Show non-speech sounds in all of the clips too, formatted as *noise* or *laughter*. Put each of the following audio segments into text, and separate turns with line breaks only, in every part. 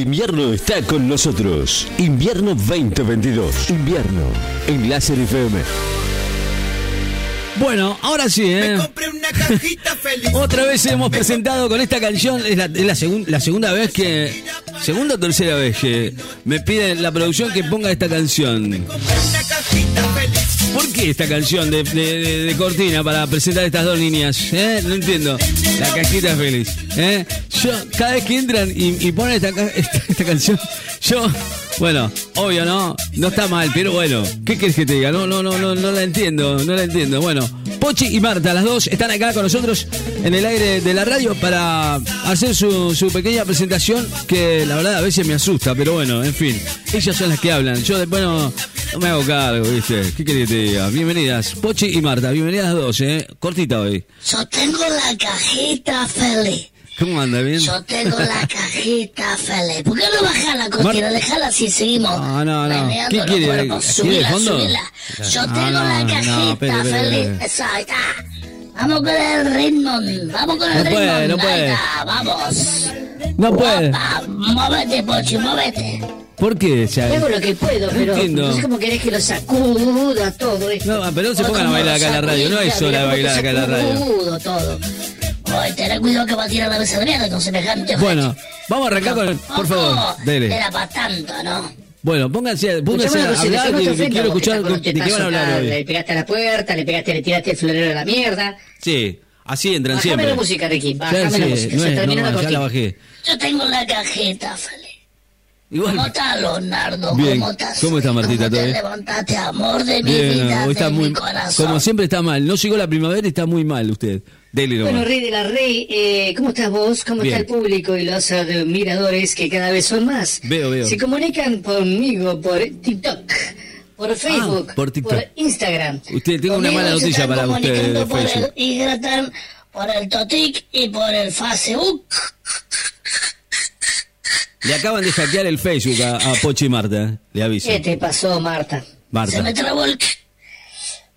invierno está con nosotros. Invierno 2022. Invierno en Láser FM.
Bueno, ahora sí, ¿eh?
Compré una cajita feliz.
Otra vez hemos presentado con esta canción, es la, es la, segun- la segunda vez que... Segunda o tercera vez que me piden la producción que ponga esta canción.
Compré una cajita feliz.
¿Por qué esta canción de, de- de- de cortina para presentar a estas dos niñas? ¿Eh? No entiendo. La cajita feliz. ¿eh? Yo, cada vez que entran y, y ponen esta, ca- esta- esta canción, yo, bueno, obvio, ¿no? No está mal, pero bueno, ¿qué querés que te diga? No, no, no, no, no la entiendo, no la entiendo. Bueno, Pochi y Marta, las dos, están acá con nosotros en el aire de la radio para hacer su, su pequeña presentación que la verdad a veces me asusta, pero bueno, en fin. Ellas son las que hablan. Yo después no, no me hago cargo, ¿viste? ¿Qué querés que te diga? Bienvenidas, Pochi y Marta, bienvenidas las dos, ¿eh? Cortita hoy.
Yo tengo la cajita feliz.
¿Cómo anda? ¿Bien?
Yo tengo
*laughs*
la cajita feliz. ¿Por qué no bajás la cortina? Dejala así, seguimos.
No, no, no.
meneando
¿Qué
los
quiere?
cuerpos.
¿Quiere
Subila,
fondo?
subila. Yo
Ah,
tengo
no,
la
no, espere,
cajita
espere,
feliz.
espere.
Eso, ahí está. Vamos con el ritmo. Vamos con el
No
ritmo.
puede, no
Ahí
puede.
está, vamos.
No puede.
Opa, móvete, Pochi, móvete.
¿Por qué? O sea,
Hago lo que puedo, pero
entiendo.
no sé cómo querés que lo sacuda todo esto.
No, ah, pero no se
Ahora,
pongan a
¿cómo
bailar acá en la
sacudo?
radio, no es
Mira,
sola
mira,
bailar acá en la radio.
sacudo todo.
Oye, tener cuidado que va a tirar la mesa de mierda con semejante ojete.
bueno, vamos a arrancar con... Por favor,
Ojo,
dele.
Era para tanto, ¿no?
Bueno, pónganse, pónganse
Escuchame
a
una cosita,
hablar
yo no
que,
te
que
ofendo
quiero
porque
escuchar
estás con
de,
un
de qué van a
tetazo acá,
hablar
Le
hoy.
pegaste a la puerta, le pegaste, le tiraste el florero a la mierda.
Sí, así entran
Bájame
siempre.
la música, Ricky,
Ya
bájame
sé,
la música.
no
Se
es, no,
terminó
ya
la
la
cortina.
bajé.
Yo tengo la cajita feliz. ¿Cómo
Igual,
estás, Leonardo?
Bien.
¿Cómo estás?
¿Cómo estás, Martita?
¿Cómo
¿Todo
te
bien?
levantaste, amor de mi
bien,
vida,
hoy está
de
muy...
mi corazón?
Como siempre está mal, no llegó la primavera y está muy mal usted. Dele nomás.
Bueno, Rey de la Rey, eh, ¿cómo estás vos? ¿Cómo
Bien.
está el público y los admiradores que cada vez son más?
Veo, veo.
Se comunican conmigo por TikTok, por Facebook,
Ah, por TikTok.
Instagram.
Usted, tengo una
Conmigo
mala
se
noticia
están
para usted,
comunicando por
Facebook.
el Instagram, por el Totic y por el Facebook.
Le acaban de hackear el Facebook a, a Pochi y Marta, eh. le aviso.
¿Qué te pasó, Marta?
Se
Marta.
me trabó el...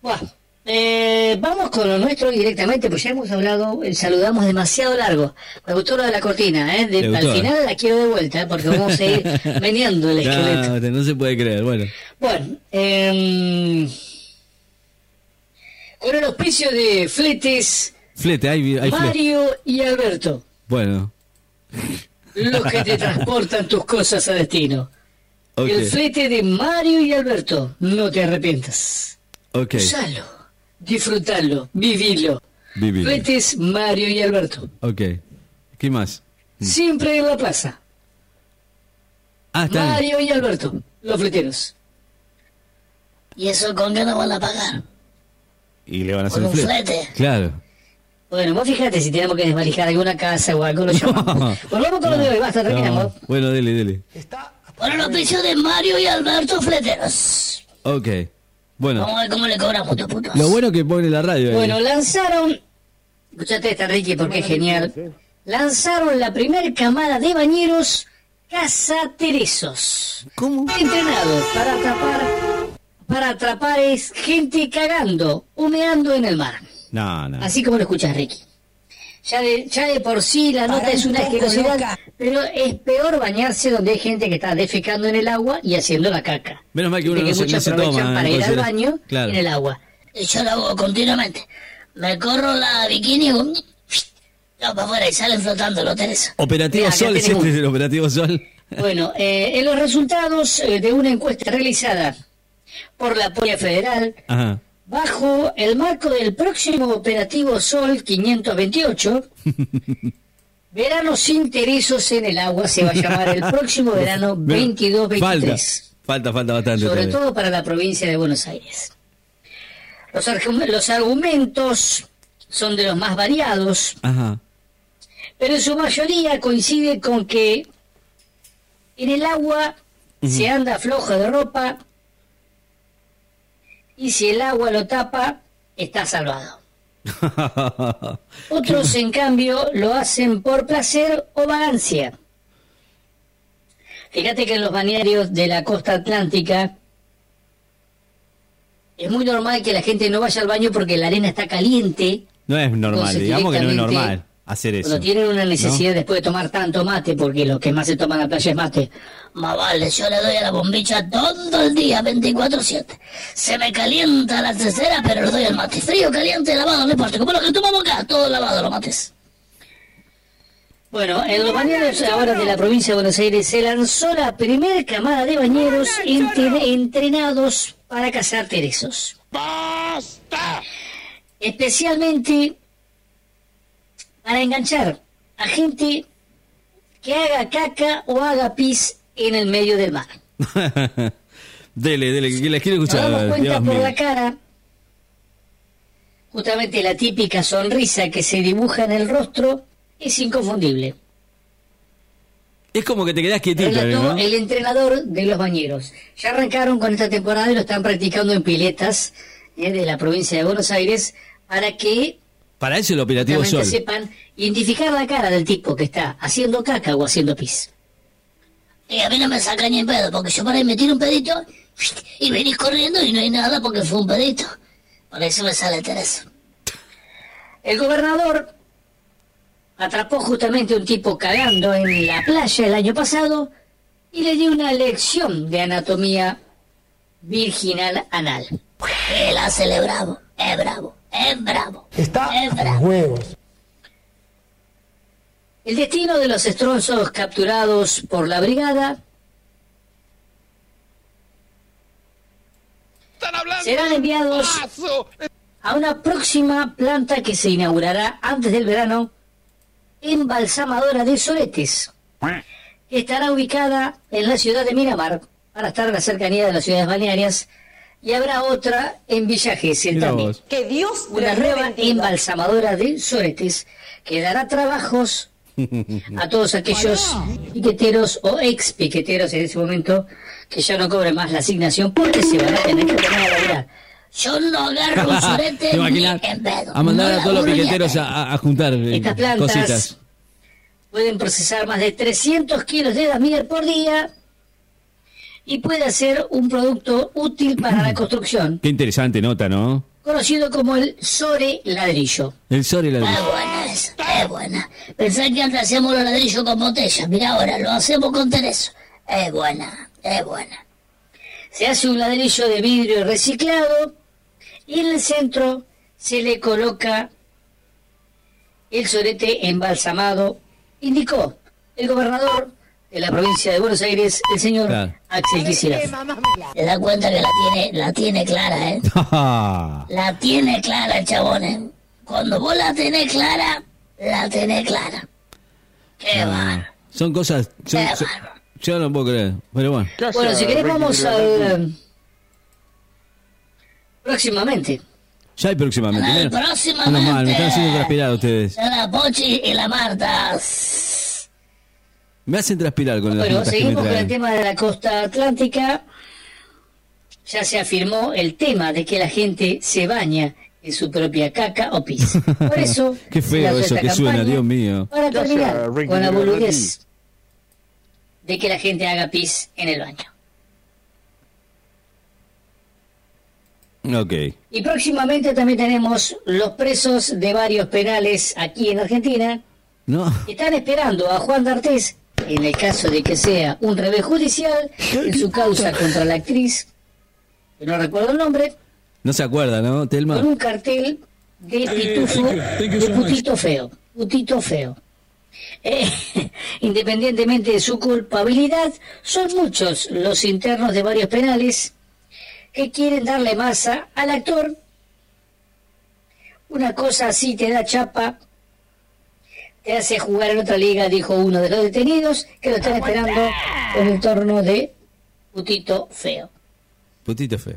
Bueno, eh, vamos con lo nuestro directamente, pues ya hemos hablado, eh, saludamos demasiado largo. Me gustó lo de la cortina, ¿eh? De-
Le gustó,
al final la quiero de vuelta, ¿eh? porque vamos a ir
*laughs*
meneando el esqueleto.
No, no se puede creer, bueno.
Bueno, eh, con el auspicio de Fletes,
Flete, hay, hay flete.
Mario y Alberto,
Bueno,
los que te transportan tus cosas a destino.
*laughs* ok,
El flete de Mario y Alberto, no te arrepientas.
ok,
Usalo, disfrutalo, vivilo.
Vivilo.
Fletes, Mario y Alberto,
ok. ¿Qué más?
siempre en la plaza.
Ah, está bien.
Mario y Alberto, los fleteros.
¿Y eso con qué nos van a pagar?
Y le van a hacer
Con
un
un
flete.
flete.
Claro.
Bueno, vos fíjate si tenemos que desvalijar alguna casa o algo, lo llamamos. Volvamos con lo de hoy, basta, terminamos.
No, Bueno, dele, dele.
Por el oficio de Mario y Alberto Fleteros.
Ok. Bueno,
Vamos a ver cómo le cobramos, estos putos.
lo bueno que pone la radio. ahí.
Bueno, lanzaron. Escuchate esta, Ricky, porque es genial. Lanzaron la primer camada de bañeros cazaterezos.
¿Cómo?
Entrenados para atrapar. Para atrapar es gente cagando, humeando en el mar.
No, no.
Ah. Así como lo escuchas, Ricky. Ya de, ya de por sí la nota es una asquerosidad, pero es peor bañarse donde hay gente que está defecando en el agua y haciendo la caca.
Menos mal que uno
Viste
no se-
muchos
no se toma
aprovechan
en
para ir al
consideración.
baño
Claro.
en el agua.
Y yo lo hago continuamente. Me corro la bikini, um, no, para afuera y salen flotando los teres.
Operativo
Mirá, acá
Sol, ¿es
tenemos-
este es el Operativo Sol?
Bueno, eh, en los resultados eh, de una encuesta realizada por la Policía Federal,
Ajá.
bajo el marco del próximo operativo Sol
*laughs*
528, veranos interesos en el agua se va a llamar el próximo verano
*laughs* Bueno, Falta,
22-23,
falta, falta bastante.
sobre
todavía.
todo para la provincia de Buenos Aires. Los, argu- los argumentos son de los más variados,
Ajá. *laughs*
pero en su mayoría coincide con que en el agua se anda floja de ropa y si el agua lo tapa, está salvado. Otros, en cambio, lo hacen por placer o vagancia. Fíjate que en los balnearios de la costa atlántica es muy normal que la gente no vaya al baño porque la arena está caliente.
no es normal,
Entonces,
digamos que no es
directamente
normal.
hacer eso.
Cuando tienen una necesidad después de tomar tanto mate, porque lo que más se toma en la playa es mate.
Más vale, yo le doy a la bombicha todo el día, 24-7. Se me calienta la cesera, pero le doy el mate. Frío, caliente, lavado, no importa. Como lo que tomamos acá, todo lavado, los mates.
Bueno, en los bañeros ahora de la provincia de Buenos Aires se lanzó la primera camada de bañeros entre- entrenados para cazar teresos. Especialmente para enganchar a gente que haga caca o haga pis en el medio del mar.
*laughs* dele, dele, que la quiero
Nos damos
escuchar.
cuenta
Dios
por
mío.
la cara, justamente la típica sonrisa que se dibuja en el rostro es inconfundible.
Es como que te quedás quietito,
Relató
¿no?
el entrenador de los bañeros. Ya arrancaron con esta temporada y lo están practicando en piletas eh, de la provincia de Buenos Aires para que
Para eso el operativo
realmente
Sol.
sepan identificar la cara del tipo que está haciendo caca o haciendo pis.
Y Eh, a mí no me saca ni en pedo, porque yo por ahí me tiro un pedito y venís corriendo y no hay nada porque fue un pedito. Por eso me sale Teresa.
El gobernador atrapó justamente un tipo cagando en la playa el año pasado y le dio una lección de anatomía virginal anal.
Él hace el bravo, es bravo, es bravo.
Está
es
a los
bravo.
huevos.
El destino de los estronzos capturados por la brigada serán enviados a una próxima planta que se inaugurará antes del verano, embalsamadora de soletes, que estará ubicada en la ciudad de Miramar, para estar en la cercanía de las ciudades balnearias, y habrá otra en Villa Gesell
Mira
también
vos.
Que Dios
una
les
nueva
rebendiga.
embalsamadora de soretes que dará trabajos a todos aquellos piqueteros o ex piqueteros en ese momento que ya no cobren más la asignación porque se van a tener que poner a laburar.
Yo no agarro
*laughs*
un sorete
Te
ni
imaginas
en pedo.
a mandar
No
a todos los
laburo ni
piqueteros
pedo.
a, a- a juntar eh,
Estas plantas
cositas.
pueden procesar más de 300 kilos de damiel por día y puede ser un producto útil
*clears throat*
para la construcción,
Qué interesante nota, ¿no?
conocido como el sore ladrillo.
El sol y la luz.
Es buena esa, es buena. Pensé que antes hacíamos los ladrillos con botellas, mira ahora lo hacemos con Teresa. Es buena, es buena.
Se hace un ladrillo de vidrio reciclado y en el centro se le coloca el sorete embalsamado, indicó el gobernador de la provincia de Buenos Aires, el señor
Claro.
Axel Kicillof.
Te das cuenta que la tiene, la tiene clara, ¿eh?
Ah.
La tiene clara, chabones. Cuando vos la tenés clara, la tenés clara. Qué
Ah,
va.
*laughs* Son cosas. son-
Qué
son-
bárbaro.
yo no puedo creer, pero bueno.
Bueno, si querés vamos al... eh, Próximamente.
Ya hay próximamente.
Ah,
Menos-
próximamente.
Menos mal, me están haciendo transpirar ustedes.
La Pochi y la Marta.
Me hacen transpirar con las
Bueno,
notas que me
seguimos con el
traen.
tema de la costa atlántica. Ya se afirmó el tema de que la gente se baña en su propia caca o pis.
*laughs*
Por eso.
Qué
se
feo
lanzó
eso
esta
que suena,
campaña
Dios mío.
Para terminar con la boludez de que la gente haga pis en el baño.
Ok.
Y próximamente también tenemos los presos de varios penales aquí en Argentina
No.
que están esperando a Juan D'Artés, en el caso de que sea un revés judicial, en su causa contra la actriz, que no recuerdo el nombre,
No se acuerda, ¿no, Telma?
con un cartel de pitufo, de putito feo, putito feo. Eh, *laughs* independientemente de su culpabilidad, son muchos los internos de varios penales que quieren darle masa al actor. Una cosa así te da chapa, te hace jugar en otra liga, dijo uno de los detenidos, que lo están esperando con el torno de putito feo.
Putito feo.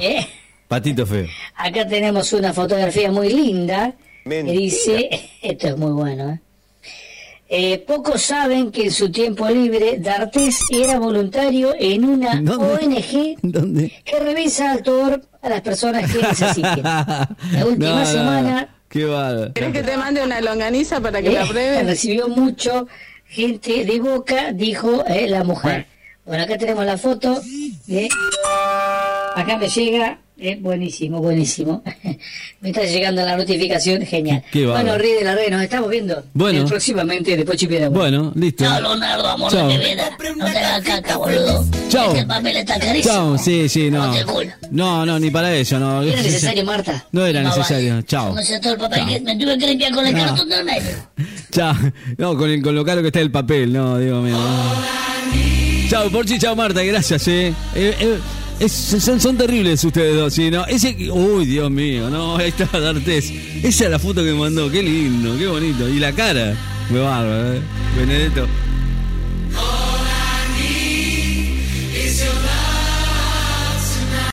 Eh.
Patito feo.
Acá tenemos una fotografía muy linda que dice, *laughs* esto es muy bueno, ¿eh? Eh, pocos saben que en su tiempo libre D'Artés era voluntario en una ONG
¿Dónde?
que revisa al tuor a las
*laughs*
personas que necesiten. La última
No, no, no.
semana
Qué bárbaro.
¿Querés que te mande una longaniza para que la
eh,
pruebes?
recibió mucho gente de boca, dijo eh, la mujer. Bueno, acá tenemos la foto. eh. Acá me llega Eh, buenísimo, buenísimo. *laughs* Me está llegando la notificación, genial.
Qué bárbaro.
bueno, Ríe de la Red, nos estamos viendo.
Bueno.
Eh, próximamente, después chipiera.
Bueno, listo.
Chao, Leonardo, amor
Chao.
de mi vida. No te hagas caca, boludo.
Chao.
Este papel está carísimo.
Chao, sí, sí, no.
No te culo.
No, no, ni para eso, no.
Era necesario, Marta.
No era
No,
necesario,
vale.
chao.
No sé todo el papel que me tuve que limpiar con el
No.
cartón del medio.
Chao. No, con, el, con lo caro que está el papel, no, digo mío. Chao, Porchi, chao, Marta, gracias, eh. Eh, eh, es- son, son terribles ustedes dos, sí, ¿no? Ese, que- uy, Dios mío, no, ahí está D'Artes. Esa es la foto que mandó, qué lindo, qué bonito. Y la cara, qué bárbaro, eh. Benedetto.